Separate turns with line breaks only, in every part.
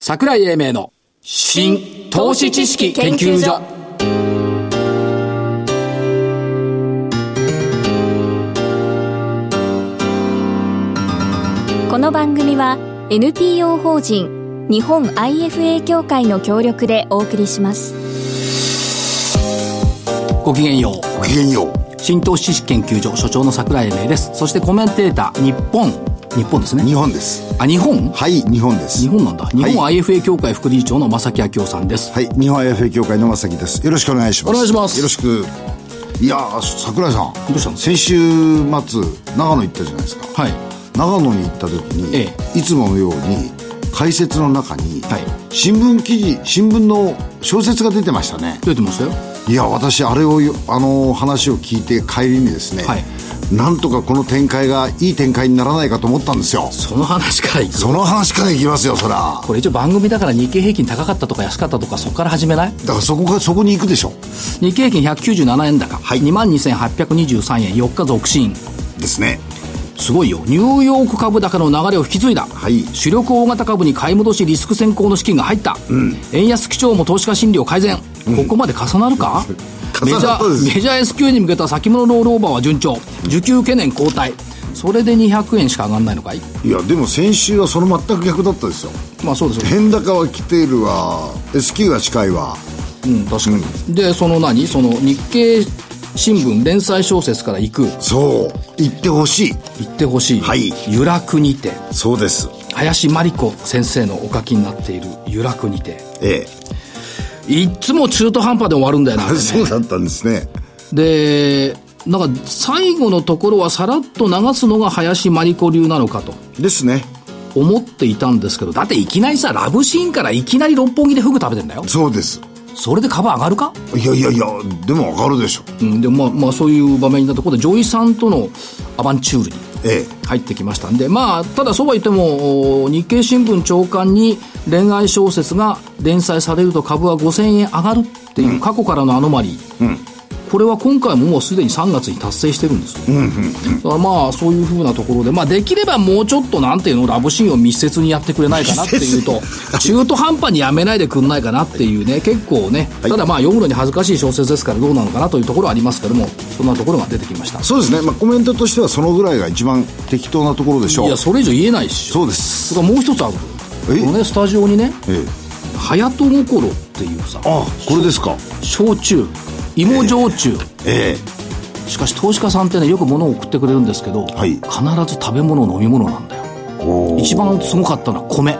桜井英明の新投資知識研究所
この番組は NPO 法人日本 IFA 協会の協力でお送りします
ごきげんよう
ごきげんよう
新投資知識研究所所長の桜井英明ですそしてコメンテーター日本日本ですね
日本です
あ日本
はい日本です
日本なんだ日本 IFA 協会副理事長の正木明夫さんです、
はい日本 FA 協会の正木ですよろしくお願いしま
お
す
願いします
よろしくいやー桜井さん
どうしたの
先週末長野行ったじゃないですか
はい
長野に行った時に、
え
いつものように解説の中に、
はい
新聞記事新聞の小説が出てましたね
出てましたよ
いや私あれをよあのー話を聞いて帰りにですね、
はい
なんとかこの展開がいい展開にならないかと思ったんですよ
その話からいく
その話からいきますよそら
これ一応番組だから日経平均高かったとか安かったとかそこから始めない
だからそこがそこに行くでしょ
日経平均197円高、22,823円4日続伸
ですね
すごいよニューヨーク株高の流れを引き継いだ、
い
主力大型株に買い戻しリスク先行の資金が入った、円安基調も投資家心理を改善、ここまで重なるかメ
重
ジャ
なったで
ー
す
メジャー S q に向けた先物ロールオーバーは順調需給懸念後退それで200円しか上がんないのかい
いやでも先週はその全く逆だったですよ
まあそうですよ
円高は来ているわ S q は近いわ
うん確かに、でその何その日経新聞連載小説から行く
そう行ってほしい
言ってほしい、
はい
由楽にて
そうです
林真理子先生のお書きになっている由楽にて
え
いっつも中途半端で終わるんだよな、あ
え
れね
そうだったんですね
でなんか最後のところはさらっと流すのが林真理子流なのかと
ですね
思っていたんですけどだっていきなりさラブシーンからいきなり六本木でフグ食べてんだよ
そうです
それで株上がるか
いやいやいやでも上がるでしょ
うんでまあまあそういう場面になったことで女医さんとのアバンチュールに
ええ
入ってきましたんでまあただそうは言ってもお日経新聞長官に恋愛小説が連載されると株は5000円上がるっていう過去からのアノマリー、これは今回ももうすでに3月に達成してるんですよ、だからまあそういうふうなところで、まあ、できればもうちょっとなんていうのラブシーンを密接にやってくれないかなっていうと中途半端にやめないでくんないかなっていうね結構ねただまあ読むのに恥ずかしい小説ですからどうなのかなというところはありますけどもそんなところが出てきました
そうですね、まあ、コメントとしてはそのぐらいが一番適当なところでしょう
いやそれ以上言えないっしょ
そうです
それからもう一つある
え
このねスタジオにね
ええ
「隼人心」っていうさ
あこれですか
焼酎芋焼酎、
え
しかし投資家さんってねよく物を送ってくれるんですけど、
はい
必ず食べ物飲み物なんだよ
えおー
一番すごかったのは米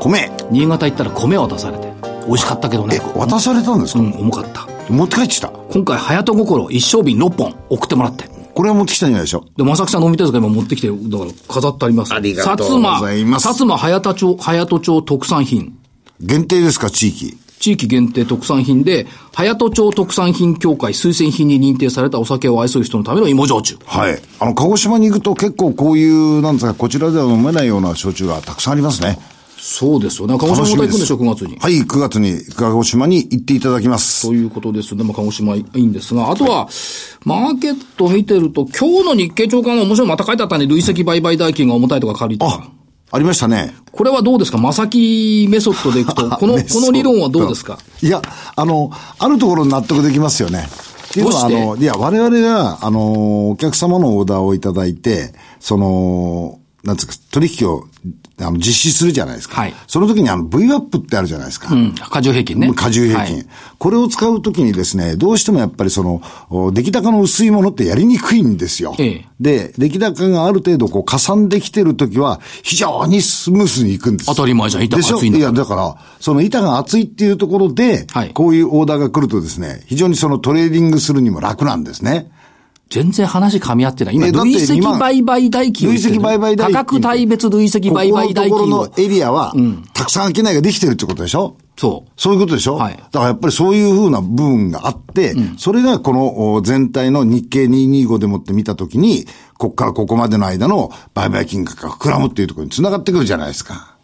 米
新潟行ったら米渡されて美味しかったけど
え
ね
渡されたんですか、
うん重かった
持って帰ってきた
今回隼人心一升瓶6本送ってもらって
これは持ってきたんじゃないでしょう
で、まさきさん飲みたいですから今持ってきて、だから飾ってあります。
ありがとうございます
薩摩、薩摩早田町、早戸町特産品。
限定ですか地域
地域限定特産品で、早戸町特産品協会推薦品に認定されたお酒を愛する人のための芋焼酎。
はい。あの、鹿児島に行くと結構こういう、なんですか、こちらでは飲めないような焼酎がたくさんありますね。
そうですよね。鹿児島また行くんでしょ、9月に。
はい、9月に鹿児島に行っていただきます。
ということですね。まあ、鹿児島いいんですが、あとは、マーケット見てると、今日の日経長官が面白い、また書いてあったね。累積売買代金が重たいとか軽いとか
あ。、ありましたね。
これはどうですかまさきメソッドでいくと、この、
メソ
この理論はどうですか
いや、あの、あるところ納得できますよね。っていうの
ど
は、あ
うして
の、いや、我々が、あの、お客様のオーダーをいただいて、その、なんつうか、取引を、あの、実施するじゃないですか。
はい
その時に、あの、VWAP ってあるじゃないですか。
うん。過重平均ね。
過重平均、
はい
これを使うときにですね、どうしてもやっぱりその、お出来高の薄いものってやりにくいんですよ。
ええ
で、出来高がある程度こう、加算できてるときは、非常にスムースにいくんです。
当たり前じゃん板が
でしょ
厚いんだ
い
から
や、だから、その板が厚いっていうところで、
はい
こういうオーダーが来るとですね、非常にそのトレーディングするにも楽なんですね。
全然話噛み合ってない。今、
えだって
累積
今
売買代金を言っ
累
てる
積売買代金。
価格対別累積売買代
ここ
金
の
を
ところのエリアは、たくさん商いができてるってことでしょ
そう。
そういうことでしょ
はい
だからやっぱりそういうふうな部分があって、それがこのお全体の日経225でもって見たときに、ここからここまでの間の売買金額が膨らむっていうところに繋がってくるじゃないですか。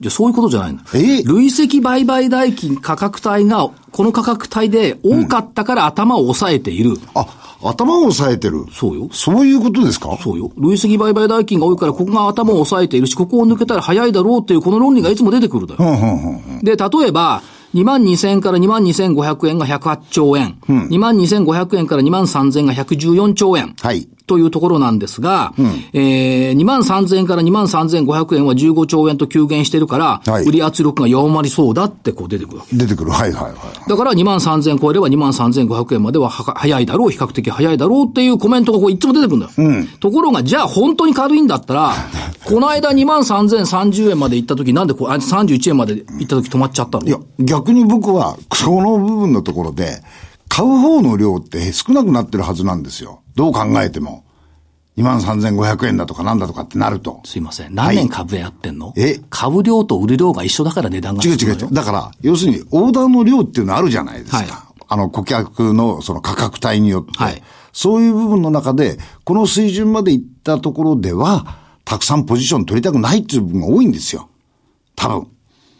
いや、そういうことじゃないの。
え
累積売買代金価格帯が、この価格帯で多かったから頭を抑えている。
あ、頭を押さえてる。
そうよ
そういうことですか
そうよ。累積売買代金が多いから、ここが頭を抑えているし、ここを抜けたら早いだろうっていう、この論理がいつも出てくるだよ。で、例えば、2万2000円から2万2500円が108兆円。2万2500円から2万3000円が114兆円。
はい。
というところなんですが、えー、2万3000円から2万3500円は15兆円と急減してるから、
はい
売り圧力が弱まりそうだってこう出てくるわけ。
出てくる。はいはいはい。
だから2万3000円超えれば2万3500円までははか早いだろう、比較的早いだろうっていうコメントがこういつも出てくるんだよ。ところが、じゃあ本当に軽いんだった ら、この間2万3030円まで行った時なんでこう、あ31円まで行った時止まっちゃったの
いや、逆に僕は、その部分のところで、買う方の量って少なくなってるはずなんですよ。どう考えても。23,500円だとかなんだとかってなると。
すいません。何年株やってんの、
え
株量と売る量が一緒だから値段が
違う
つくの
違う
よ
違う。だから、要するに、オーダーの量っていうのあるじゃないですか。
はい
あの、顧客のその価格帯によって。
はい
そういう部分の中で、この水準まで行ったところでは、たくさんポジション取りたくないっていう部分が多いんですよ。多分。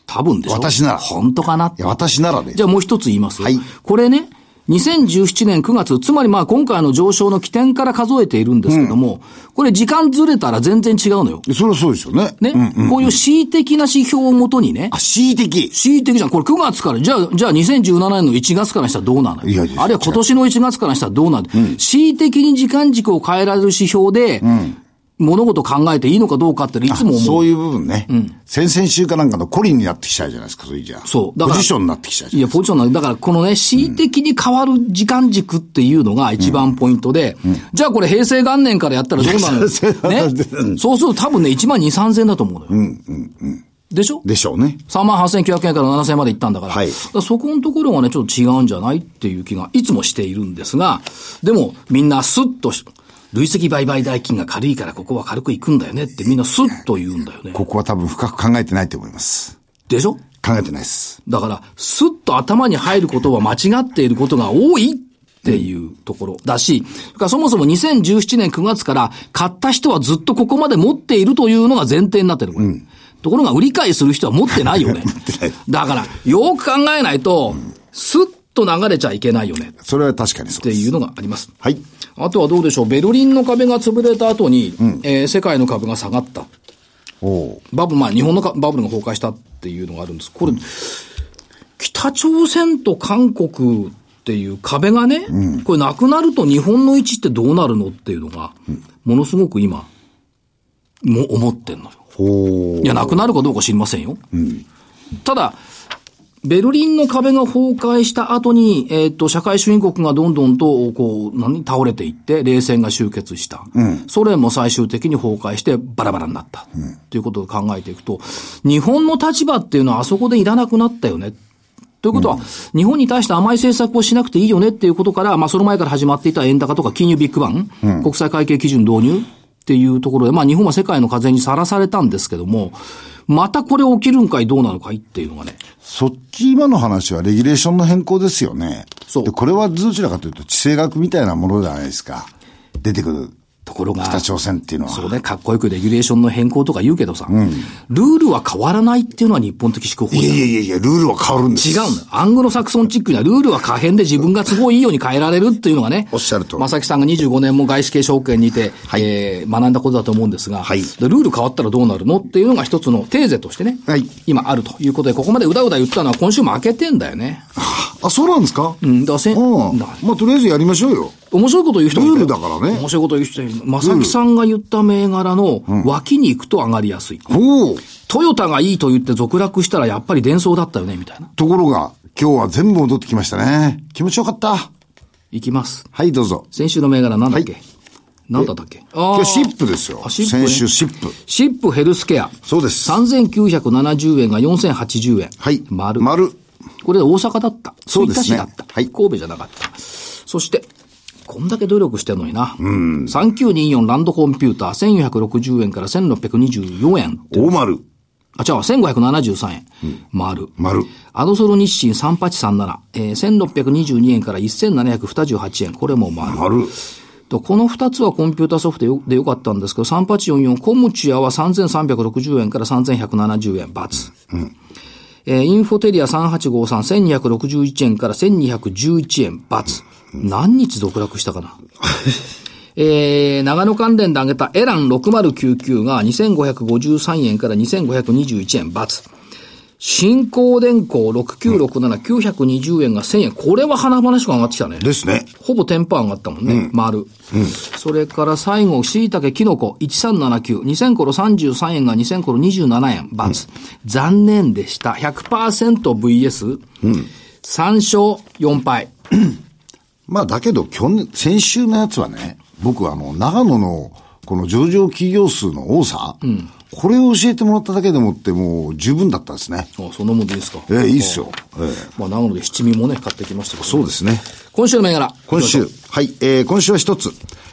多分でしょ
私なら
本当かない
や、私ならね。
じゃあもう一つ言いますよ。
はい
これね、2017年9月、つまりまあ今回の上昇の起点から数えているんですけども、これ時間ずれたら全然違うのよ。
それはそうですよね。
ね、こういう恣意的な指標をもとにね
あ、、恣意的。
恣意的じゃん。これ9月から、じゃあ、じゃあ2017年の1月からしたらどうなの
い
よ
やい。や
あるいは今年の1月からしたらどうなの、恣意的に時間軸を変えられる指標で、物事を考えていいのかどうかっていつも思う。
そういう部分ね。先々週かなんかのコリンになってきちゃうじゃないですか、それじゃあ。
そうだ
ポ
から
ジションになってきちゃうじゃ
い
ない
や、ポジションなんだから、このね、恣意的に変わる時間軸っていうのが一番ポイントで、じゃあこれ平成元年からやったらどうなの
いや そうそう
ね。そうすると多分ね、1万2、3千円だと思うのよ。でしょ
でしょうね。
3万8900円から7000円まで行ったんだから。
はい
だからそこのところがね、ちょっと違うんじゃないっていう気がいつもしているんですが、でもみんなスッとし、累積売買代金が軽いからここは軽く行くんだよねってみんなスッと言うんだよね。
ここは多分深く考えてないと思います。
でしょ
考えてないです。
だから、スッと頭に入ることは間違っていることが多いっていうところだし、だからそもそも2017年9月から買った人はずっとここまで持っているというのが前提になってる。これところが、売り買いする人 は持ってないよね。だから、よく考えないと、スッと流れちゃいけないよねっ
それは確かにそう
て
です。
いうのがあります。
はい。
あとはどうでしょう、ベルリンの壁が潰れた後に、えー世界の株が下がった。
おおう。
バブル、まあ、日本のかバブルが崩壊したっていうのがあるんです。これ、北朝鮮と韓国っていう壁がね、これなくなると日本の位置ってどうなるのっていうのが、ものすごく今、も、思ってんのよ。
お
いや、なくなるかどうか知りませんよ。ただ、ベルリンの壁が崩壊した後に、えっ、と、社会主義国がどんどんと、こう、何、倒れていって、冷戦が終結した。ソ連も最終的に崩壊して、バラバラになった。ということを考えていくと、日本の立場っていうのはあそこでいらなくなったよね。ということは、日本に対して甘い政策をしなくていいよねっていうことから、まあ、その前から始まっていた円高とか金融ビッグバン、国際会計基準導入っていうところで、まあ、日本は世界の風にさらされたんですけども、またこれ起きるんかいどうなのかいっていうのがね。
そっち今の話はレギュレーションの変更ですよね。
そう
で、これはどちらかというと地政学みたいなものじゃないですか。出てくる。
ところが、
北朝鮮っていうのは。
そうね、かっこよくレギュレーションの変更とか言うけどさ、ルールは変わらないっていうのは日本的思考法
い
だよ
やいやいやいや、ルールは変わるんです。
違うんだよ。アングロサクソンチックにはルールは可変で自分が都合いいように変えられるっていうのがね。
おっしゃる通り
まさきさんが25年も外資系証券にて、えー学んだことだと思うんですが、
はい
でルール変わったらどうなるのっていうのが一つのテーゼとしてね、
はい
今あるということで、ここまでうだうだ言ったのは今週負けてんだよね。
あ、そうなんですか
うん、だからせん
うん。
だから
まあ、とりあえずやりましょうよ。
面白いこと言う人もいるよ
ルールだからね
面白いこと言う人いる。まさきさんが言った銘柄の脇に行くと上がりやすい。
ほう。
トヨタがいいと言って続落したらやっぱり伝送だったよね、みたいな。
ところが、今日は全部戻ってきましたね。気持ちよかった。
行きます。
はい、どうぞ。
先週の銘柄なんだっけ、
は
なんだったっけあ
今
ー
日シップですよ。
あシップね
先週シップ。
シップヘルスケア。
そうです。
3970円が4080円。
はい。
丸。
丸。
これで大阪だった。
そうです
吹田市
ね
だった。
はい
神戸じゃなかった。そして、こんだけ努力してんのにな。うん。3924ランドコンピューター1460円から1624円。
大丸。
あ、違う、1573円。丸。
丸。
アドソロ日清3837、えー、1622円から1728円。これも丸。
丸。
とこの2つはコンピュータソフトでよでよかったんですけど、3844、コムチュアは3360円から3170円、×。えーインフォテリア3853、1261円から1211円、×。何日続落したかな えー、長野関連で挙げたエラン6099が2553円から2521円、×。新光電工6967、920円が1000円。これは華々しく上がってきたね。
ですね。
ほぼ10%上がったもんね、丸。それから最後、椎茸キノコ1379、2000コロ33円が2000コロ27円、バツ。残念でした。100%VS、3勝4敗。
まあだけど、去年、先週のやつはね、僕はあの、長野の、この上場企業数の多さ、これを教えてもらっただけでもってもう十分だったですね。
あそんなもんでいいですか。
ええ、いいっすよ。ええ、
まあ、なので七味もね、買ってきましたけど、
そうですね。
今週の銘柄。
今週。はい、えー、今週は一つ。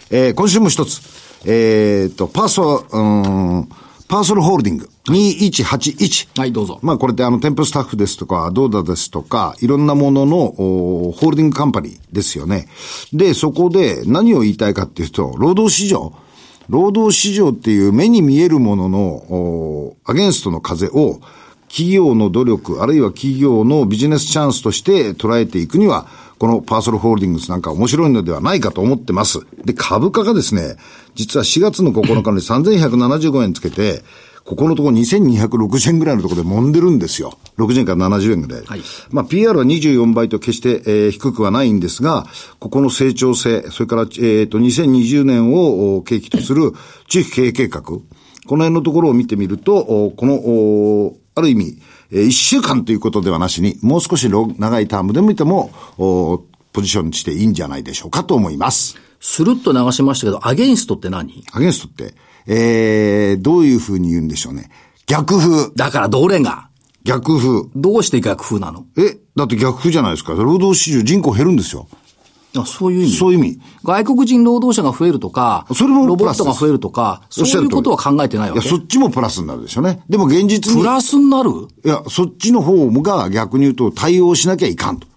えー、今週も一つ。えー、と、パーソ、うーん、パーソルホールディング2181。
はいどうぞ
まあこれであの、店舗スタッフですとか、どうだですとか、いろんなものの、おーホールディングカンパニーですよね。で、そこで何を言いたいかっていうと、労働市場。労働市場っていう目に見えるものの、おーアゲンストの風を、企業の努力、あるいは企業のビジネスチャンスとして捉えていくには、このパーソルホールディングスなんか面白いのではないかと思ってます。で、株価がですね、実は4月の9日に3175円つけて、ここのところ2260円ぐらいのところで揉んでるんですよ。60円から70円ぐらい。
はい
まあ、PR は24倍と決して、えー低くはないんですが、ここの成長性、それから、えーと、2020年をお契機とする地域経営計画、この辺のところを見てみると、おこの、おある意味、えー一週間ということではなしに、もう少しロン長いタームで見ても、おポジションにしていいんじゃないでしょうかと思います。
スルッと流しましたけど、アゲインストって何
アゲンストって、えー、どういう風に言うんでしょうね。逆風。
だから、どれが
逆風。
どうして逆風なの
え、だって逆風じゃないですか。労働市場人口減るんですよ。
あそういう意味
そういう意味。
外国人労働者が増えるとか、
それも
ロ
プ
ボ
ラ
ッ
スです
トが増えるとか、
お
そ
っしゃ
うい
る
う
通り
ことは考えてないわ
いや、
け。
そっちもプラスになるでしょうね。でも現実に。
プラスになる
いや、そっちの方が逆に言うと対応しなきゃいかんと。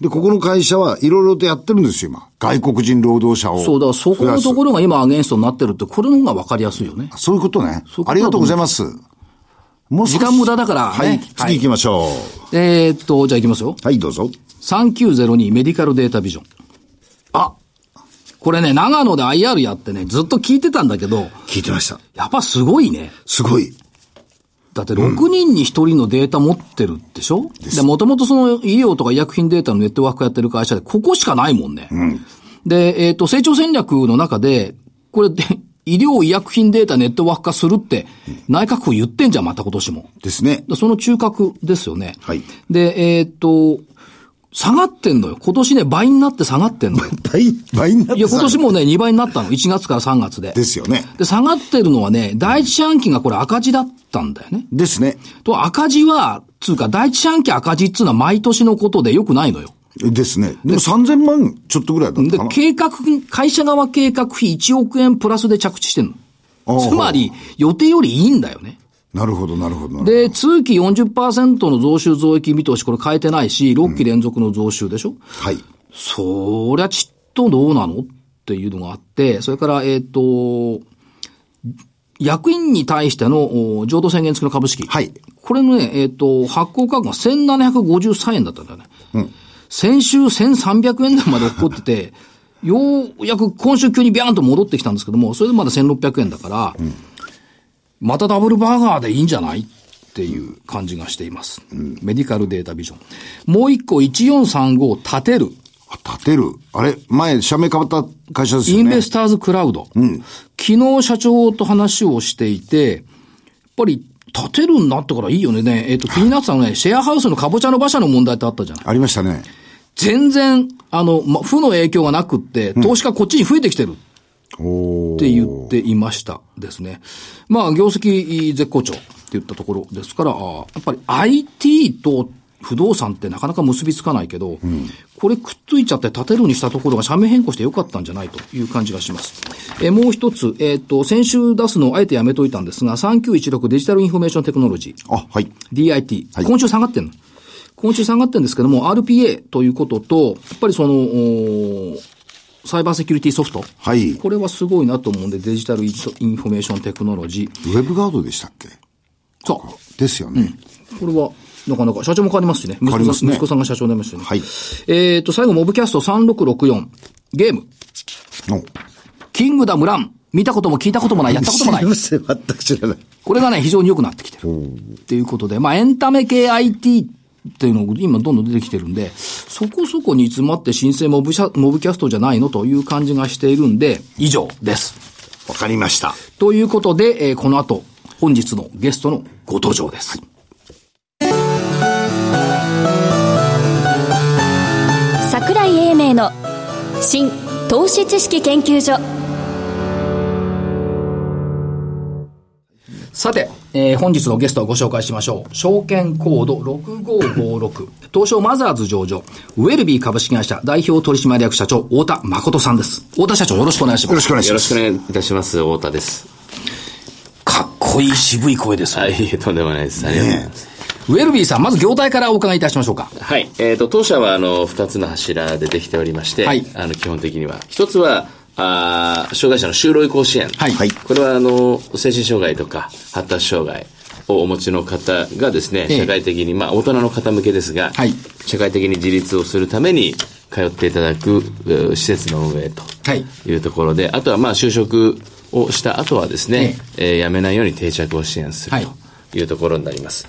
で、ここの会社はいろいろとやってるんですよ、今。外国人労働者を。
そう、だからそこのところが今アゲンストになってるって、これの方が分かりやすいよね。
そういうことね。
そういうことだと思う
ありがとうございます。もう少し
時間無駄だからね
はい。
はい
次行きましょう。
えーっと、じゃあ行きますよ。
はい、どうぞ。
3902メディカルデータビジョン。あこれね、長野で IR やってね、ずっと聞いてたんだけど、
聞いてました。
やっぱすごいね。
すごい。
だって6人に1人のデータ持ってるでしょ、で、もともとその医療とか医薬品データのネットワークやってる会社で、ここしかないもんね。で、えっ、と、成長戦略の中で、これで、 医療医薬品データネットワーク化するって、内閣府言ってんじゃん、また今年も。
ですね。
その中核ですよね。
はい
で、えっ、と、下がってんのよ。今年ね、倍になって下がってんのよ。
倍、倍になって
いや、今年もね、2倍になったの。1月から3月で。
ですよね。
で、下がってるのはね、第一四半期がこれ赤字だったんだよね。
ですね。
と、赤字は、つうか、第一四半期赤字っつうのは毎年のことで良くないのよ。
ですね。でも3000万ちょっとぐらいだった
で
かな。、
計画、会社側計画費1億円プラスで着地してん
あ
の。
あ
つまり、予定よりいいんだよね。
なるほど、なるほど。なるほど
で、通期40%の増収増益見通し、これ変えてないし、6期連続の増収でしょ、
はい。
そりゃちっとどうなのっていうのがあって、それから、えっ、と、役員に対してのお譲渡宣言付きの株式。
はい
これのね、えっ、と、発行価格が1753円だったんだよね。先週1300円台まで落っこってて、 ようやく今週急にビャーンと戻ってきたんですけども、それでまだ1600円だから、またダブルバーガーでいいんじゃないっていう感じがしています。メディカルデータビジョン。もう一個1435立てる。
あ立てる。あれ前、社名変わった会社ですよ
イ
ね。
ンベスターズクラウド。昨日社長と話をしていて、やっぱり立てるんだってからいいよね。ねえっ、と、気になってたのね、シェアハウスのカボチャの馬車の問題ってあったじゃん。
ありましたね。
全然、あの、ま、負の影響がなくって、投資家こっちに増えてきてる
おー
って言っていましたですね。まあ、業績絶好調って言ったところですから、あーやっぱり IT と不動産ってなかなか結びつかないけど、これくっついちゃって立てるにしたところが社名変更してよかったんじゃないという感じがします。えーもう一つ、えっ、と、先週出すのをあえてやめといたんですが、3916デジタルインフォメーションテクノロジー。
あ、はい。
DIT、
はい
今週下がってんの。今週下がってんですけども、RPA ということと、やっぱりその、おーサイバーセキュリティソフト。
はい
これはすごいなと思うんで、デジタルインフォメーションテクノロジー。
ウェブガードでしたっけ
さあ、
ですよね。
これは、なかなか、社長も変わりますしね。息
わり
子
ま
さ
す
ん
ね
息子さんが社長になりましたよね。
はい
えっ、と、最後、モブキャスト3664。ゲーム。
の
キングダムラン。見たことも聞いたこともない、やったこともない
知り。ません全く知らない。
これがね、非常に良くなってきてる。っていうことで、まあ、エンタメ系 IT っていうのが今どんどん出てきてるんで、そこそこに詰まって新生モブシャモブキャストじゃないのという感じがしているんで、以上です。
わかりました。
ということで、えーこの後、本日のゲストのご登場です。
桜井英明の新投資知識研究所
さて、えー本日のゲストをご紹介しましょう。証券コード6556、東証マザーズ上場、ウェルビー株式会社代表取締役社長、太田誠さんです。太田社長、よろしくお願いし
よ
ま
ろ
す。
しくお願いし
よ
ま
ろし
す。
くお願いいたします。太田です。
かっこいい渋い声ですね
はい、とんでもないです。ありがとうございます。
ウェルビーさん、まず業態からお伺いいたしましょうか。
はい。えっ、と、当社は、あの、二つの柱でできておりまして、
はい
あの、基本的には。一つは、あー障害者の就労移行支援。
はいはい
これは、あの、精神障害とか、発達障害をお持ちの方がですね、
ええ
社会的に、まあ、大人の方向けですが、
はい
社会的に自立をするために、通っていただく、う施設の運営と
はい
いうところで、あとは、まあ、就職をした後はですね、えー辞めないように定着を支援すると。
はい
いうところになります。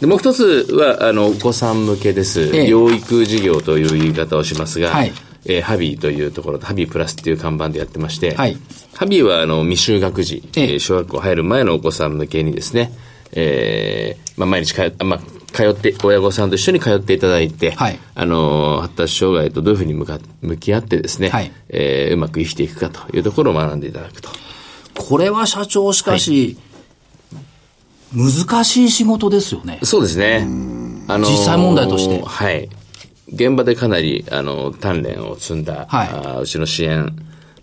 で、もう一つは、あの、お子さん向けです。
ええ
養育事業という言い方をしますが、
はい
えーハビーというところ、ハビープラスっていう看板でやってまして、
はい
ハビーは、あの、未就学児、
ええ
えー小学校入る前のお子さん向けにですね、えーまあ、毎日か、まあ、通って、親御さんと一緒に通っていただいて、
はい
あの、発達障害とどういうふうに向か、向き合ってですね、
はい
えーうまく生きていくかというところを学んでいただくと。
これは社長、しかし、難しい仕事ですよね。
そうですね。あのー
実際問題として
はい。現場でかなり、あの、鍛錬を積んだ、
はい
あーうちの支援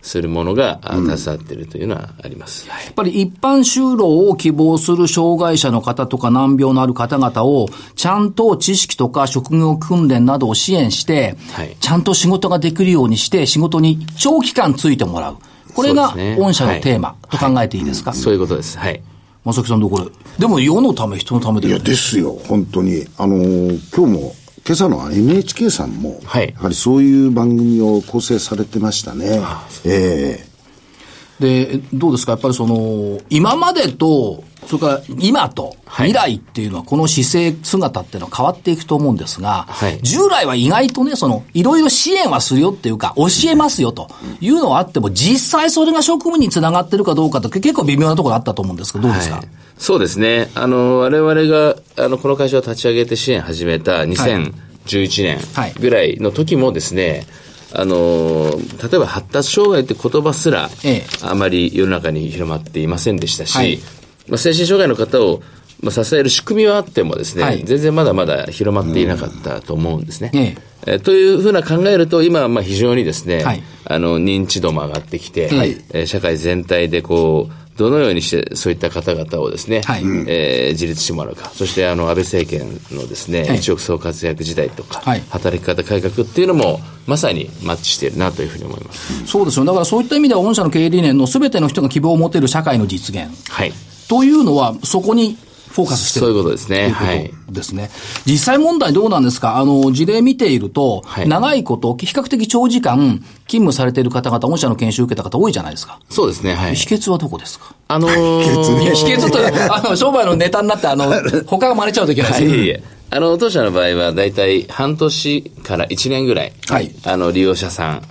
するものが、あー携わっているというのはあります。
やっぱり一般就労を希望する障害者の方とか難病のある方々を、ちゃんと知識とか職業訓練などを支援して、
はい
ちゃんと仕事ができるようにして、仕事に長期間ついてもらう。これが
そうですね
御社のテーマと考えていいですか、
そういうことです。はい。
まさきさんどうこれ。でも世のため、人のためだ
い
よ
や、
ね。
ですよ、本当に。あのー今日も、今朝の NHK さんも、
はい
やはりそういう番組を構成されてましたね。え
で、どうですかやっぱりその、今までと、それから今と
はい
未来っていうのは、この姿勢、姿っていうのは変わっていくと思うんですが、
はい
従来は意外とね、その、いろいろ支援はするよっていうか、教えますよというのはあっても、実際それが職務につながってるかどうかって結構微妙なところあったと思うんですけど、どうですか、
はいそうですね。あの、我々が、あの、この会社を立ち上げて支援始めた2011年
はい
ぐらいの時もですね、あの、例えば発達障害って言葉すら
ええ、
あまり世の中に広まっていませんでしたし、
はい
まあ、精神障害の方を、まあ、支える仕組みはあってもですね、
はい
全然まだまだ広まっていなかったと思うんですね。
え
えーというふうな考えると、今はまあ非常にですね、
はい
あの認知度も上がってきて、
はい
えー社会全体でこう、どのようにしてそういった方々をですね、
はい
えー自立してもらうか、そしてあの安倍政権のですね、
はい
一億総活躍時代とか、
はい
働き方改革っていうのも、まさにマッチしているなというふうに思います。
そうですよ。だからそういった意味では、御社の経営理念の全ての人が希望を持てる社会の実現
はい。
というのは、そこにフォーカスしてる
そういうことですね。はい。
ですね。実際問題どうなんですかあの、事例見ていると、
はい
長いこと、比較的長時間勤務されている方々、御社の研修を受けた方多いじゃないですか。
そうですね。はい。
秘訣はどこですか
あのー
秘訣と、 あの、商売のネタになって、あの、他が真似ちゃうといけない
は
です
い、
よ。
いえいえ。あの、当社の場合は、だいたい半年から1年ぐらい、
はい
あの、利用者さん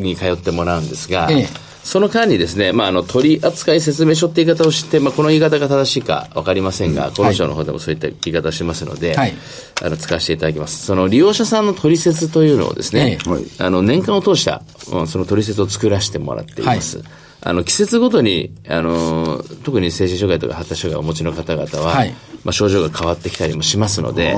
に通ってもらうんですが、
ええ
その間にですね、まあ、あの、取扱説明書って言い方をして、まあ、この言い方が正しいかわかりませんが、厚労省の方でもそういった言い方をしてますので、
はい
あの、使わせていただきます。その、利用者さんの取説というのをですね、
ええ
はい
あの、年間を通した、うんその取説を作らせてもらっています。あの、季節ごとに、あの、特に精神障害とか発達障害をお持ちの方々は、
はい
まあ、症状が変わってきたりもしますので、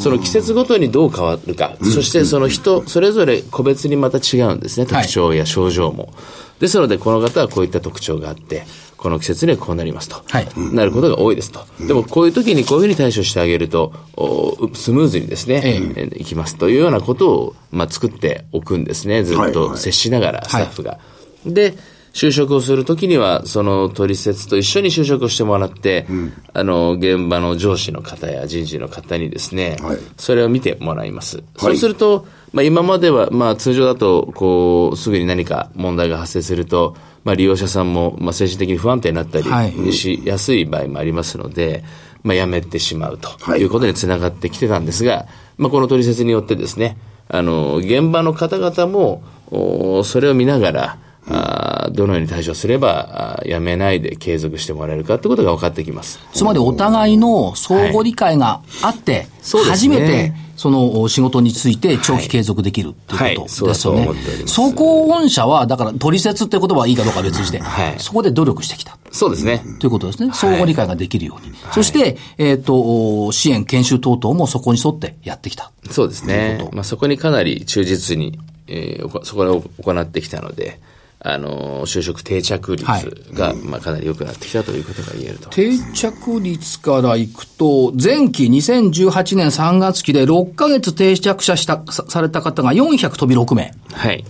その季節ごとにどう変わるか、そしてその人、それぞれ個別にまた違うんですね、
はい
特徴や症状も。ですので、この方はこういった特徴があって、この季節にはこうなりますと、
はい
なることが多いですと、でもこういう時にこういうふうに対処してあげると、おスムーズにですね、
え
えーいきますというようなことを、まあ、作っておくんですね、ずっ
はいは
と
い
接しながら、スタッフが。で就職をするときには、その取説と一緒に就職をしてもらって、あの、現場の上司の方や人事の方にですね、
はい
それを見てもらいます。そうすると、まあ、今までは、まあ、通常だと、こう、すぐに何か問題が発生すると、まあ、利用者さんも、まあ、精神的に不安定になった
はい
りしやすい場合もありますので、まあ、やめてしまうと
はい
いうことにつながってきてたんですが、まあ、この取説によってですね、あの、現場の方々も、おそれを見ながら、あーどのように対処すれば、あーやめないで継続してもらえるかということが分かってきます。
つまりお互いの相互理解があって、
そうで
初
すね
めてその仕事について長期継続できるっていうこ
はい
とですよ
そうだ
ね
と思っており。ます
そこを御社は、だから、取説って言葉はいいかどうかは別にして
は、い
そこで努力してきた。
そうですね。
ということですね。相互理解ができるように。そして、えっ、と、支援、研修等々もそこに沿ってやってきた。
そうですね。まあ、そこにかなり忠実に、えーおこそこを行ってきたので、あのー就職定着率
はい
が、まあ、かなり良くなってきたということが言えると。
定着率からいくと、前期2018年3月期で6ヶ月定着者した、さされた方が400飛び6名。
はい。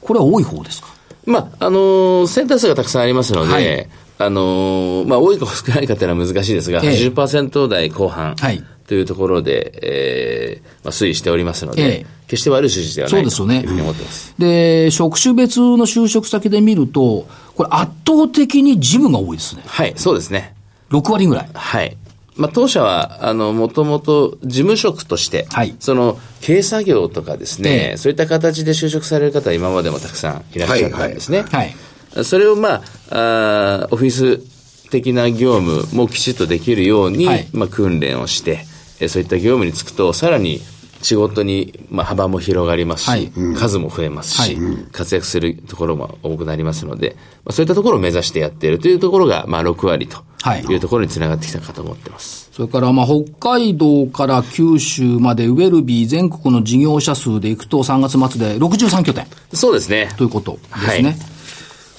これは多い方ですか
まあ、あのーセンター数がたくさんありますので、
はい
あのーまあ、多いか少ないかというのは難しいですが、
ええ
80%台後半
はい
というところで、えーまあ、推移しておりますので、
ええ
決して悪い数字では
そ
な
う
い
で
と
すよね
いうふうに思ってます。
で、職種別の就職先で見ると、これ圧倒的に事務が多いですね。
はい、そうですね。
6割ぐらい。
はい。まあ、当社は、あの、もともと事務職として、
はい
その、経営作業とかですね、
ええ
そういった形で就職される方は今までもたくさんいらっしゃったんですね。
はい。
それを、まあ、あーオフィス的な業務もきちっとできるように、
はい
まあ、訓練をして、えーそういった業務に就くと、さらに仕事に、まあ、幅も広がりますし、
はい
数も増えますし、
はい
活躍するところも多くなりますので、まあ、そういったところを目指してやっているというところが、まあ、6割と
はい
いうところにつながってきたかと思ってます。
それから、まあ、北海道から九州までウェルビー全国の事業者数でいくと3月末で63拠点
そうですね。
ということですね。
はい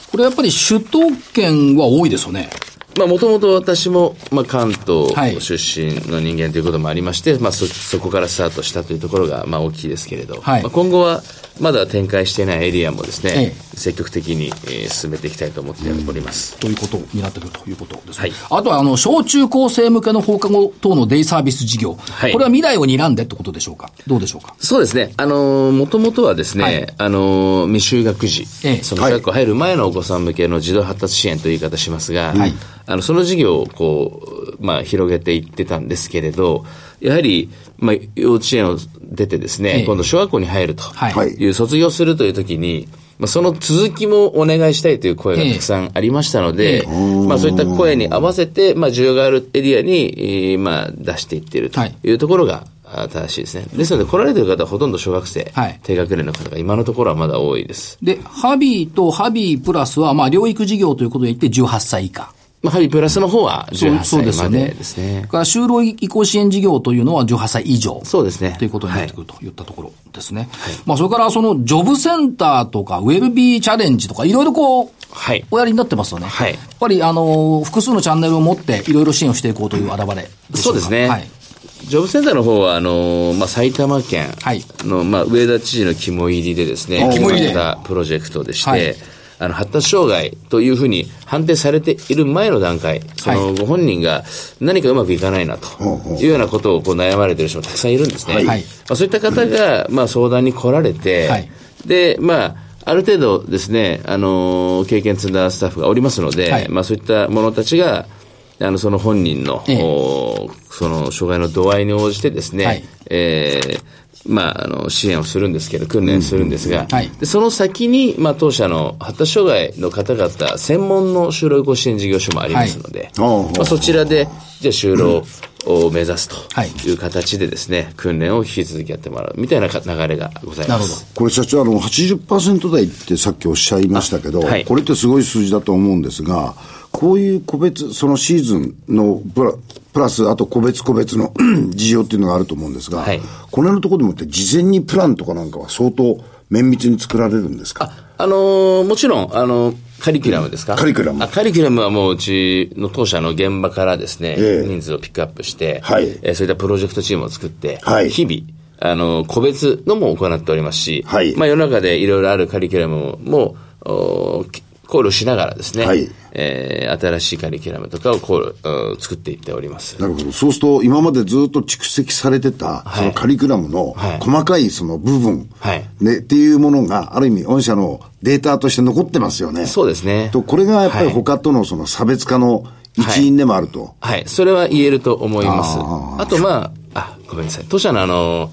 これやっぱり首都圏は多いですよね。
まあ、もともと私も、まあ、関東
はい
出身の人間ということもありまして、まあ、そ、そこからスタートしたというところが、まあ、大きいですけれど、
はい
まあ、今後は、まだ展開していないエリアもですね
え、
積極的に、えー進めていきたいと思っております。
ということになってくるということです、
はい
あとは、あの、小中高生向けの放課後等のデイサービス事業。
はい
これは未来を睨んでってことでしょうかどうでしょうか
そうですね。あのー、もともとはですね、
はい
あのー、未就学児、
ええ
その学校入る前のお子さん向けの児童発達支援という言い方しますが、
はい
あの、その事業をこう、まあ、広げていってたんですけれど、やはり、まあ、幼稚園を出てですね、
ええ
今度小学校に入ると
はい
はい
いう卒業するという時に、まあ、その続きもお願いしたいという声がたくさんありましたの
え
で、
え
まあ、そういった声に合わせて、まあ、需要があるエリアに、えーまあ、出していっていると
はい
いうところが、あ正しいですね。ですので、来られてる方はほとんど小学生、
はい
低学年の方が今のところはまだ多いです。
で、ハビーとハビープラスは、まあ、療育事業ということで言って18歳以下。
まあ、ハビプラスの方は
そう
18
そうです
歳
よ
ま
ね
でです
それ
ね。
から、就労移行支援事業というのは18歳以上。
そうですね。
ということになってくるといったところですね。まあ、それから、その、ジョブセンターとか、ウェルビーチャレンジとか、いろいろこう、
はい。
おやりになってますよね。
はい
やっぱり、あの、複数のチャンネルを持って、いろいろ支援をしていこうという現れでし
そ
ょ
う
か
ですね。
はい。
ジョブセンターの方は、あのまあ、埼玉県
はい
の、まあ、上田知事の肝入りでですね、
お
決
肝
ま
入りで
ったプロジェクトでして、
はい
あの、発達障害というふうに判定されている前の段階、そ
は
の、ご本人が何かうまくいかないな
ほうほ
と
う
いうようなことをこう悩まれている人もたくさんいるんですね。
はい
まあ、そういった方が、まあ、相談に来られて、
はい
で、まあ、ある程度ですね、あの経験積んだスタッフがおりますので、
はい
まあ、そういった者たちが、あの、その本人の、
ええ
おその障害の度合いに応じてですね、
はい
えーまあ、あの支援をするんですけど、訓練するんですが、
はい
でその先に、まあ、当社の発達障害の方々、専門の就労移行支援事業所もありますので、
はい
まあ、そちらで、じゃあ就労を目指す
はい
という形でですね、訓練を引き続きやってもらうみたいなか流れがござい
な
ま
るほど
す。。
これ社長、あの、80%台ってさっきおっしゃいましたけど、
あはい
これってすごい数字だと思うんですが、こういう個別、そのシーズンのプラプラス、あと個別個別の 事情っていうのがあると思うんですが、
はい
この辺のところでもって事前にプランとかなんかは相当綿密に作られるんですか
あのーもちろん、あのーカリキュラムですか
カリキュラム
あカリキュラムはもううちの当社の現場からですね、
ええ
人数をピックアップして、
はい
えーそういったプロジェクトチームを作って、
はい
日々、あの、個別のも行っておりますし、
はい
まあ世の中でいろいろあるカリキュラムも、おーき考慮しながらですね、
はい
えー新しいカリキュラムとかを考慮、うん作っていっております。
なるほど。そうすると、今までずっと蓄積されてた、
い
そのカリキュラムの
はい
細かいその部分、
はい
ね、っていうものが、ある意味、御社のデータとして残ってますよね。
そうですね。
と、これがやっぱり
はい
他とのその差別化の一因でもあると。
はい、それは言えると思います。
あ
あと、まあ、あ、ごめんなさい。当社のあの、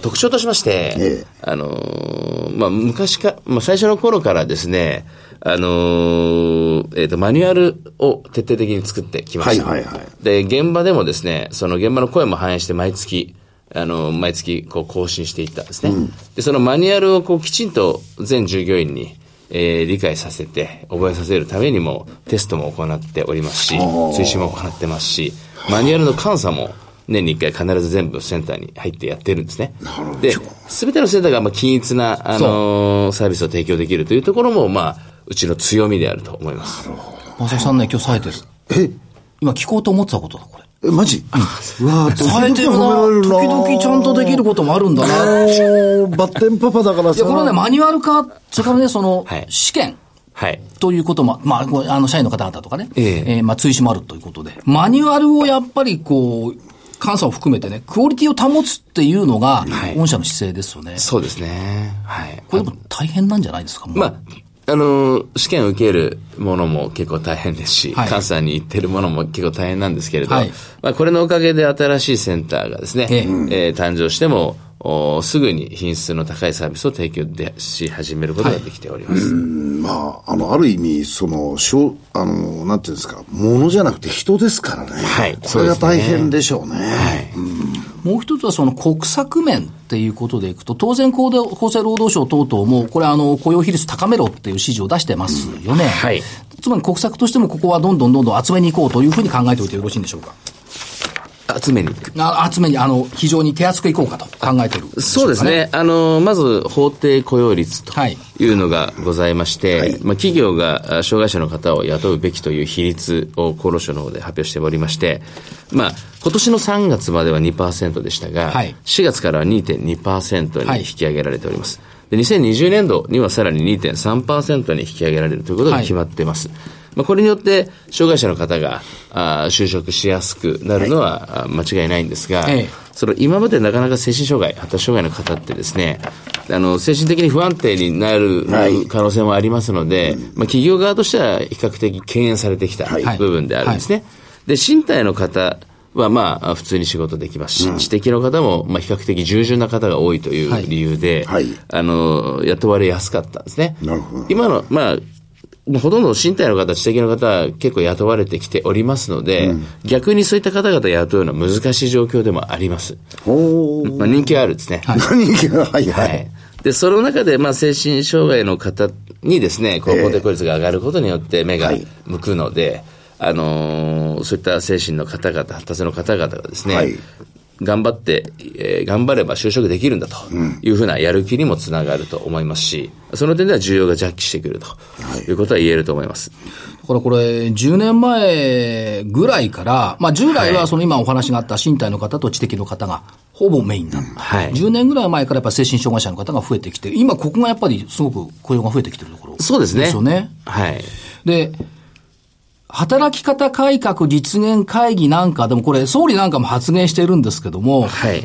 特徴としまして、
ええ
あのー、まあ、昔か、まあ、最初の頃からですね、あのー、えっ、と、マニュアルを徹底的に作ってきました。
はいはいはい
で、現場でもですね、その現場の声も反映して毎月、あの、毎月こう更新していったんですね。で、そのマニュアルをこうきちんと全従業員に、えー理解させて、覚えさせるためにもテストも行っておりますし、推進も行ってますし、マニュアルの監査も年に1回必ず全部センターに入ってやってるんですね。で、すべてのセンターがまあ均一な、あのーサービスを提供できるというところも、まあ、うちの強みであると思います。
正木さんね、今日冴えてる。
え
今聞こうと思ってたことだ、これ。
え、マジうわー
冴えてるな時々ちゃんとできることもあるんだな。い
もう、バッテンパパだからさ。
や、これはね、マニュアル化、それからね、その
はい、
試験。
はい。
ということも、まあこう、あの、社員の方々とかね、
え
え
え
ーまあ、追試もあるということで、マニュアルをやっぱりこう、監査を含めてね、クオリティを保つっていうのが、
はい
御社の姿勢ですよね。
そうですね。はい。
これでも大変なんじゃないですか、もう。
まあ、あのー試験を受けるものも結構大変ですし、
はい
関西に行ってるものも結構大変なんですけれど、
はい
まあ、これのおかげで新しいセンターがですね、
え
え
え
ー誕生しても、おすぐに品質の高いサービスを提供でし始めることができております。
まあ、あの、ある意味、その、しょうあの、なんていうんですか、ものじゃなくて人ですからね。
はい
これが大変でしょうね。
もう一つはその国策面っていうことでいくと、当然厚生労働省等々も、これあの、雇用比率高めろっていう指示を出してますよね。
はい
つまり国策としてもここはどんどんどんどん集めに行こうというふうに考えておいてよろしいんでしょうか。
集めに行く。
あ集めに、あの、非常に手厚くいこうかと考えている。
そうですね。あの、まず、法定雇用率と
はい
いうのがございまして、まあ、企業があ障害者の方を雇うべきという比率を厚労省の方で発表しておりまして、まあ、今年の3月までは2%でしたが、
はい
4月からは2.2%
はい
に引き上げられております。で2020年度にはさらに2.3%に引き上げられるということが決まっています。まあ、これによって、障害者の方があ就職しやすくなるのは、あ間違いないんですが、
ええ
その今までなかなか精神障害、発達障害の方ってですね、あの、精神的に不安定になる
はい
可能性もありますので、まあ、企業側としては比較的敬遠されてきた
い
部分であるんですね。で、身体の方はまあ、普通に仕事できますし、知的の方もまあ、比較的従順な方が多いという理由で、
はいはい
あの、雇われやすかったんですね。
なるほど
今の、まあ、もうほとんど身体の方、知的の方、結構雇われてきておりますので、逆にそういった方々雇うのは難しい状況でもあります。
ほー。
ま あ、人気はあるんですね。は
何が、はいはい。
い。で、その中で、まあ、精神障害の方にですね、こう、
ええ
法定効率が上がることによって目が
はい
向くので、あのーそういった精神の方々、発達の方々がですね、
はい
頑張って、えー頑張れば就職できるんだというふうなやる気にもつながると思いますし、その点では需要が弱気してくるということは言えると思います。
だからこれ、10年前ぐらいから、まあ従来はその今お話があった身体の方と知的の方がほぼメインだった。
はい
10年ぐらい前からやっぱ精神障害者の方が増えてきて、今ここがやっぱりすごく雇用が増えてきてるところ。
そうですね。
ですよね。
はい。
で、働き方改革実現会議なんかでもこれ総理なんかも発言してるんですけども、
はい。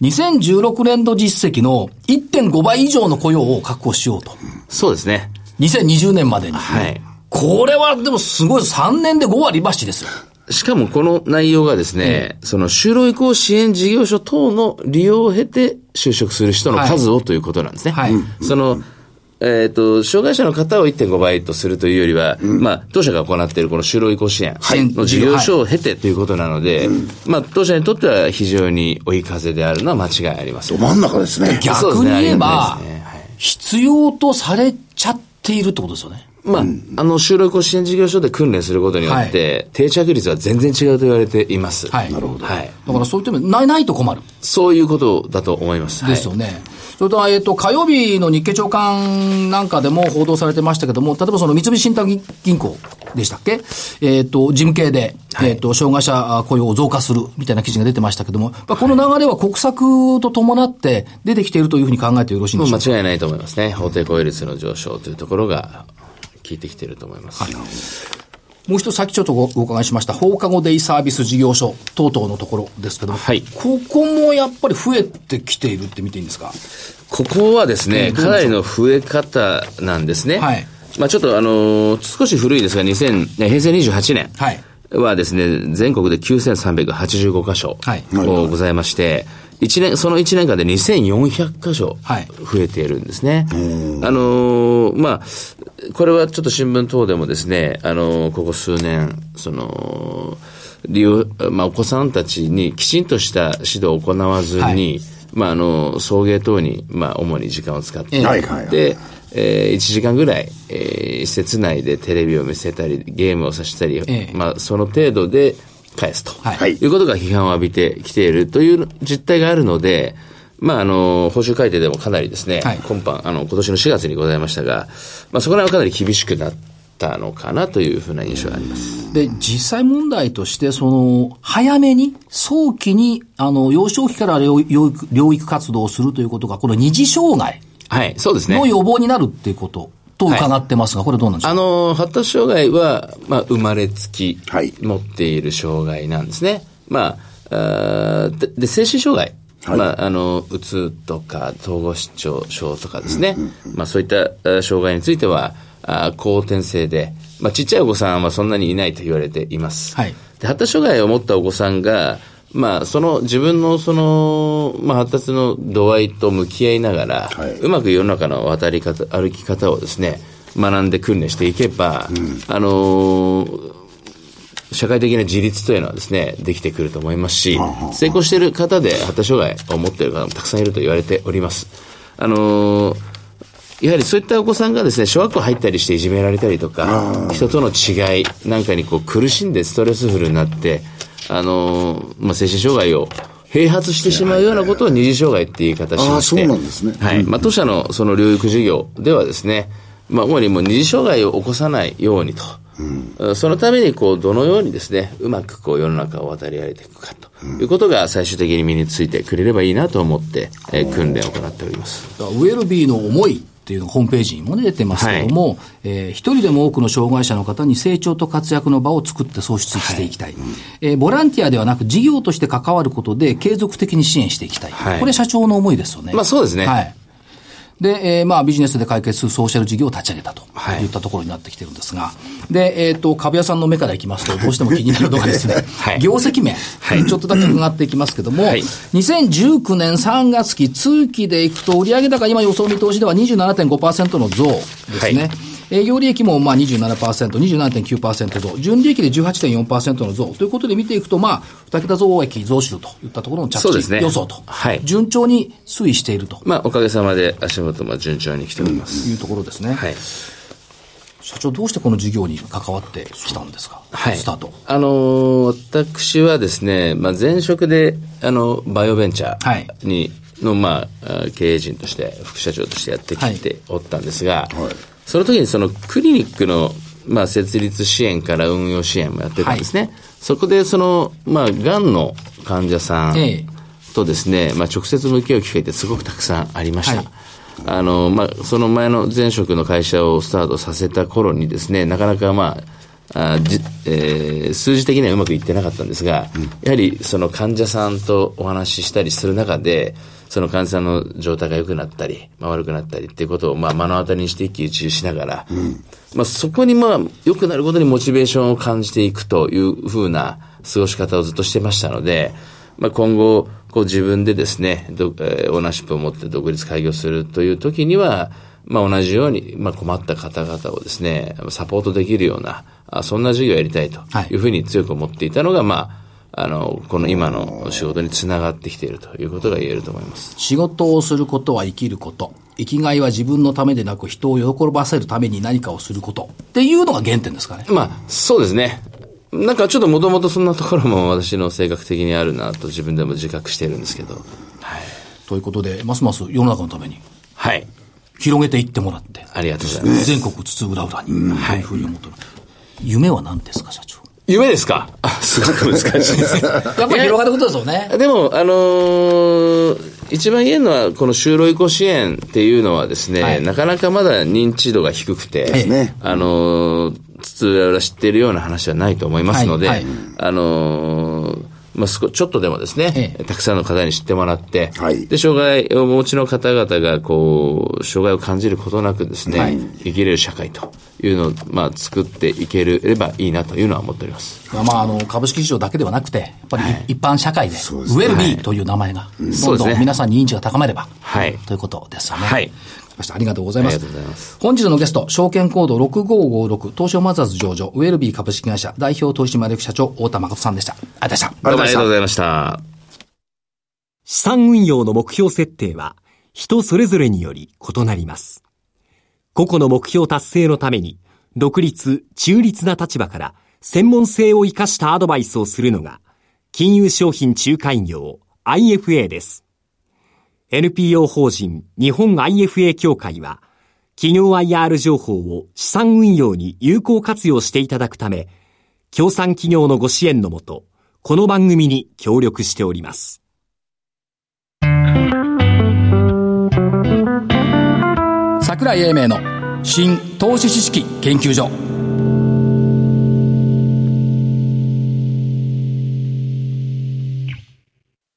2016年度実績の1.5倍以上の雇用を確保しようと。
そうですね。
2020年までに。
はい。
これはでもすごい3年で5割増しですよ。
しかもこの内容がですね、その就労移行支援事業所等の利用を経て就職する人の数をということなんですね。
はい
その、えっ、と、障害者の方を1.5倍とするというよりは、まあ、当社が行っているこの就労移行支援
い
の事業所を経てということなので、まあ、当社にとっては非常に追い風であるのは間違いありません。
ど真ん中ですね。
逆
そうです
に
ねあり
言え
が
ば
たいですねはい、
必要とされちゃっているってことですよね。
まあ、あの、就労移行支援事業所で訓練することによって、定着率は全然違うと言われています。
はい
なるほど。はい。
だからそういった意味で、ないないと困る。
そういうことだと思います。はい
ですよね。それと、えっ、と、火曜日の日経長官なんかでも報道されてましたけども、例えばその三菱信託銀行でしたっけえっ、と、事務系で、えっ、と、障害者雇用を増加するみたいな記事が出てましたけども、まあこの流れは国策と伴って出てきているというふうに考えてよろしいん
も
で
う
しょうか
間違いないと思いますね。法定雇用率の上昇というところが効いてきていると思います。
もう一つ先ちょっとごお伺いしました放課後デイサービス事業所等々のところですけども、
はい
ここもやっぱり増えてきているって見ていいんですか
ここはですね、かなりの増え方なんですね。
はい
まあちょっとあのー少し古いですが、2000、ね平成28年。
はい
はですね、全国で9385箇所。
はい
こうございまして、一年、その1年間で2400箇所。
はい
増えているんですね。あのーまあ、これはちょっと新聞等でもですね、あのーここ数年、その、利用、まあ、お子さんたちにきちんとした指導を行わずに、
はい
まあ、あの、送迎等に、まあ、主に時間を使っていて、
はいはいはい
で、えー1時間ぐらい、えー施設内でテレビを見せたり、ゲームをさせたり、
ええ
まあ、その程度で返すと。
はい
はい
いうことが批判を浴びてきているという実態があるので、まあ、あの、報酬改定でもかなりですね、
はい
今般、あの、今年の4月にございましたが、まあ、そこら辺はかなり厳しくなったのかなというふうな印象があります。
で実際問題としてその早めに早期にあの幼少期から療養育領域活動をするということがこの二次障害
はい、そうですね。
の予防になるっていうことと伺ってますが、これどうなんでしょ
あ
うか
の、発達障害は、まあ、生まれつき
はい、
持っている障害なんですね。まあ、あーでで、精神障害。
はい
まあ、あの、うつとか、統合失調症とかですね。まあ、そういったあー障害については、あー後天性で、まあ、ちっちゃいお子さんはそんなにいないと言われています。
はい
で発達障害を持ったお子さんが、まあ、その自分のその、まあ、発達の度合いと向き合いながら、
はいう
まく世の中の渡り方歩き方をですね学んで訓練していけば、あのー社会的な自立というのはですねできてくると思いますし、成功している方で発達障害を持っている方もたくさんいると言われております。あのーやはりそういったお子さんがですね、小学校入ったりしていじめられたりとか、人との違いなんかにこう苦しんでストレスフルになって、あのーまあ、精神障害を併発してしまうようなことを二次障害っていう言い方しまして。
あーそうなんですね
はい。まあ、当社のその療育事業ではですね、まあ、主にもう二次障害を起こさないようにと。そのために、こう、どのようにですね、うまくこう、世の中を渡り歩いていくかということが最終的に身についてくれればいいなと思って、えー訓練を行っております。
だからウェルビーの思いっていうのがホームページにもね出てますけども、えー一人でも多くの障害者の方に成長と活躍の場を作って創出していきたい、えーボランティアではなく事業として関わることで継続的に支援していきたい、
はい
これ社長の思いですよね
まあそうですね
はいで、えーまあビジネスで解決するソーシャル事業を立ち上げたと
はい
いったところになってきてるんですが、で、えっ、と、株屋さんの目からいきますと、どうしても気になるのがですね、
はい
業績面、ちょっとだけ伺っていきますけども、
はい
2019年3月期通期でいくと、売上高、今予想見通しでは27.5%の増ですね。
はい
営業利益もまあ27%、27.9%増、純利益で18.4%の増ということで見ていくと、まあ、2桁増益増収といったところの着
そうです
地
ね
予想と、
はい
順調に推移していると
まあ、おかげさまで足元も順調に来ております。
いうところですね。
はい。
社長、どうしてこの事業に関わってきたんですか、
はい。
スタート。
あのー私はですね、まあ、前職で、あの、バイオベンチャ
はい
ーに、の、まあ、あ経営陣として、副社長としてやって
は
き
い
ておったんですが、
はい
その時にそのクリニックの、まあ、設立支援から運用支援もやってたんですね。そこで、その、まあ、がんの患者さん、
ええ
とですね、まあ、直接向き合う機会ってすごくたくさんありました。
はい
あの、まあ、その前の前職の会社をスタートさせた頃にですね、なかなかまあ、あじえー数字的にはうまくいってなかったんですが、やはりその患者さんとお話ししたりする中で、その患者さんの状態が良くなったり、まあ、悪くなったりっていうことを、まあ、目の当たりにして一喜一憂しながら、まあ、そこにまあ、良くなることにモチベーションを感じていくというふうな過ごし方をずっとしてましたので、まあ、今後、こう自分でですね、どえーオーナーシップを持って独立開業するという時には、まあ、同じように、まあ、困った方々をですね、サポートできるような、あそんな事業をやりたいと
はい
いうふうに強く思っていたのが、まあ、あの、この今の仕事につながってきているということが言えると思います。
仕事をすることは生きること。生きがいは自分のためでなく人を喜ばせるために何かをすること。っていうのが原点ですかね。
まあ、そうですね。なんかちょっともとも とそんなところも私の性格的にあるなと自分でも自覚しているんですけど。
ということで、ますます世の中のために
はい。
広げていってもらって、
ありがとうございます。
全国津々浦々に、というふうに思っております。夢は何ですか、社長。
夢ですかあ、すごく難しいですね。
やっぱり広がることですよね。
でも、あのー一番言えるのは、この就労移行支援っていうのはですね、
はい
なかなかまだ認知度が低くて、
です
ね
あのー、つつら知っているような話はないと思いますので、
はいはい
あのーまあ、少ちょっとでもですね
え、え
たくさんの方に知ってもらって、
はい
で、障害をお持ちの方々が、こう、障害を感じることなくですね、生きれる社会というのを、まあ、作っていければいいなというのは思っております。
まあまあ、あの、株式市場だけではなくて、やっぱり一般社会で、ウェルビーという名前が、
そ
ど
うんです
ど
ね
ん皆さんに認知が高まれば、
はい
ということですよね。
はい。
ましたありがとうございます。
ありがとうございま
本日のゲスト、証券コード6556、東証マザーズ上場、ウェルビー株式会社、代表取締役社長、太田誠さんでした。ありがとうございました。
どうもありがとうございました。
資産運用の目標設定は人それぞれにより異なります。個々の目標達成のために独立、中立な立場から専門性を生かしたアドバイスをするのが金融商品仲介業 IFA です。NPO 法人日本 IFA 協会は企業 IR 情報を資産運用に有効活用していただくため、協賛企業のご支援のもと、この番組に協力しております。
桜井英明の新投資知識研究所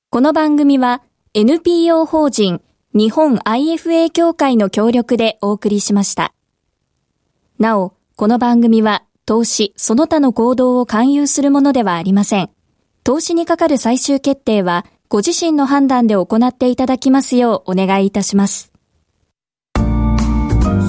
この番組は NPO 法人日本 IFA 協会の協力でお送りしました。なお、この番組は投資その他の行動を勧誘するものではありません。投資にかかる最終決定はご自身の判断で行っていただきますようお願いいたします。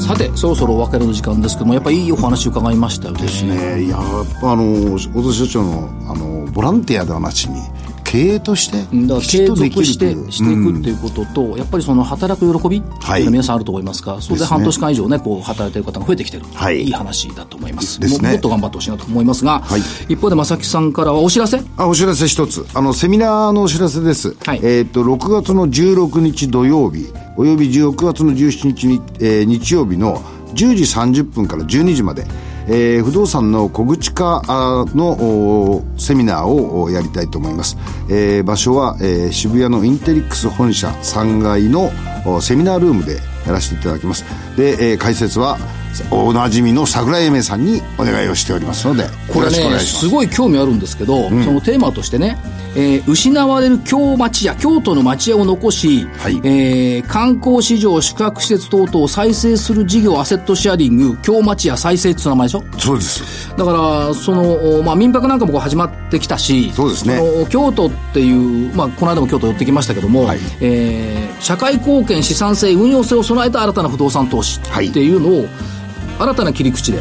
さてそろそろお別れの時間ですけどもやっぱいいお話伺いましたよね
ですねいややっぱあの小田社長のあのボランティアではなしに経営として
うんだから
きち
継
っとでき
続
る
し
とい
て
う
していくっ
うん
ていうことと、やっぱりその働く喜び、
はい
皆さんあると思いますがそれで
ですね
半年間以上ねこう働いてる方が増えてきてる、
はい
い話だと思います
ですね
ももっと頑張ってほしいなと思いますが、
はい
一方で正木さんからはお知らせ
あお知らせ一つあのセミナーのお知らせです、
はい
えーっと6月の16日土曜日および16月の17日に、えー日曜日の10時30分から12時まで、えー不動産の小口化あーのおーセミナーをおやりたいと思います、えー場所は、えー渋谷のインテリックス本社3階のおセミナールームでやらせていただきますで、えー解説はおなじみの桜井英明さんにお願いをしておりますので
こ
よ
れ
ろしくお願
ね
いします
すごい興味あるんですけど、そのテーマとしてね、えー失われる京町屋京都の町屋を残し、
はい
えー観光市場宿泊施設等々を再生する事業アセットシェアリング京町屋再生っていう名前でしょ
そうです
だからその、おまあ、民泊なんかもこう始まってきたし
そうですね
その京都っていう、まあ、この間も京都寄ってきましたけども、
はい
えー社会貢献資産性運用性を備えた新たな不動産投資
はい
っていうのを、新たな切り口で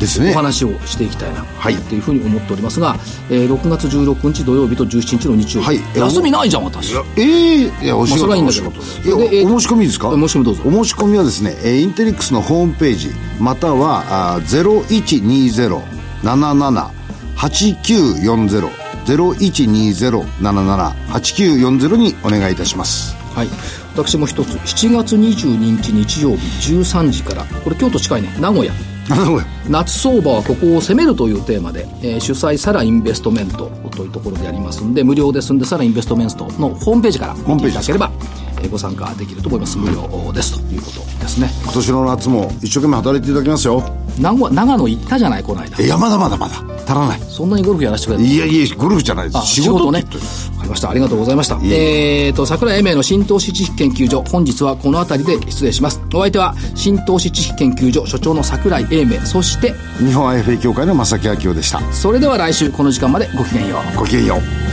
ですね
お話をしていきたいな
はい
っていうふうに思っておりますが、えー6月16日土曜日と17日の日曜日、
はい
休みないじゃん私
いやええいやお仕事、
まあそれはいいんだ
お
け
仕
ど
事
それで
い
え
や
ー
お申し込みいいですか
お申し込みどうぞ
お申し込みはですねえーインテリックスのホームページまたはあー0120-77-8940 0120-77-8940にお願いいたします
はい、私も一つ7月22日日曜日13時からこれ京都近いね名古屋
なるほど
夏相場はここを攻めるというテーマで、えー主催サラインベストメントというところでやりますんで無料ですんでサラインベストメントのホームページから
ー
見
ム
て
ペー
いた
ジで
だ
す
ければ、えーご参加できると思います無料ですということですね
今年の夏も一生懸命働いていただきますよ
長長野行ったじゃないこの間
いやまだまだまだ足らない
そんなにゴルフやらせてくれた
いやいやゴルフじゃないです
あ
仕事って
ね
言ってる
わかりましたありがとうございました
い
えーと桜井英明の新投資知識研究所本日はこの辺りで失礼しますお相手は新投資知識研究所所長の桜井英明そして
日本 IFA 協会の正木明夫でした
それでは来週この時間までごきげんよう
ごきげんよう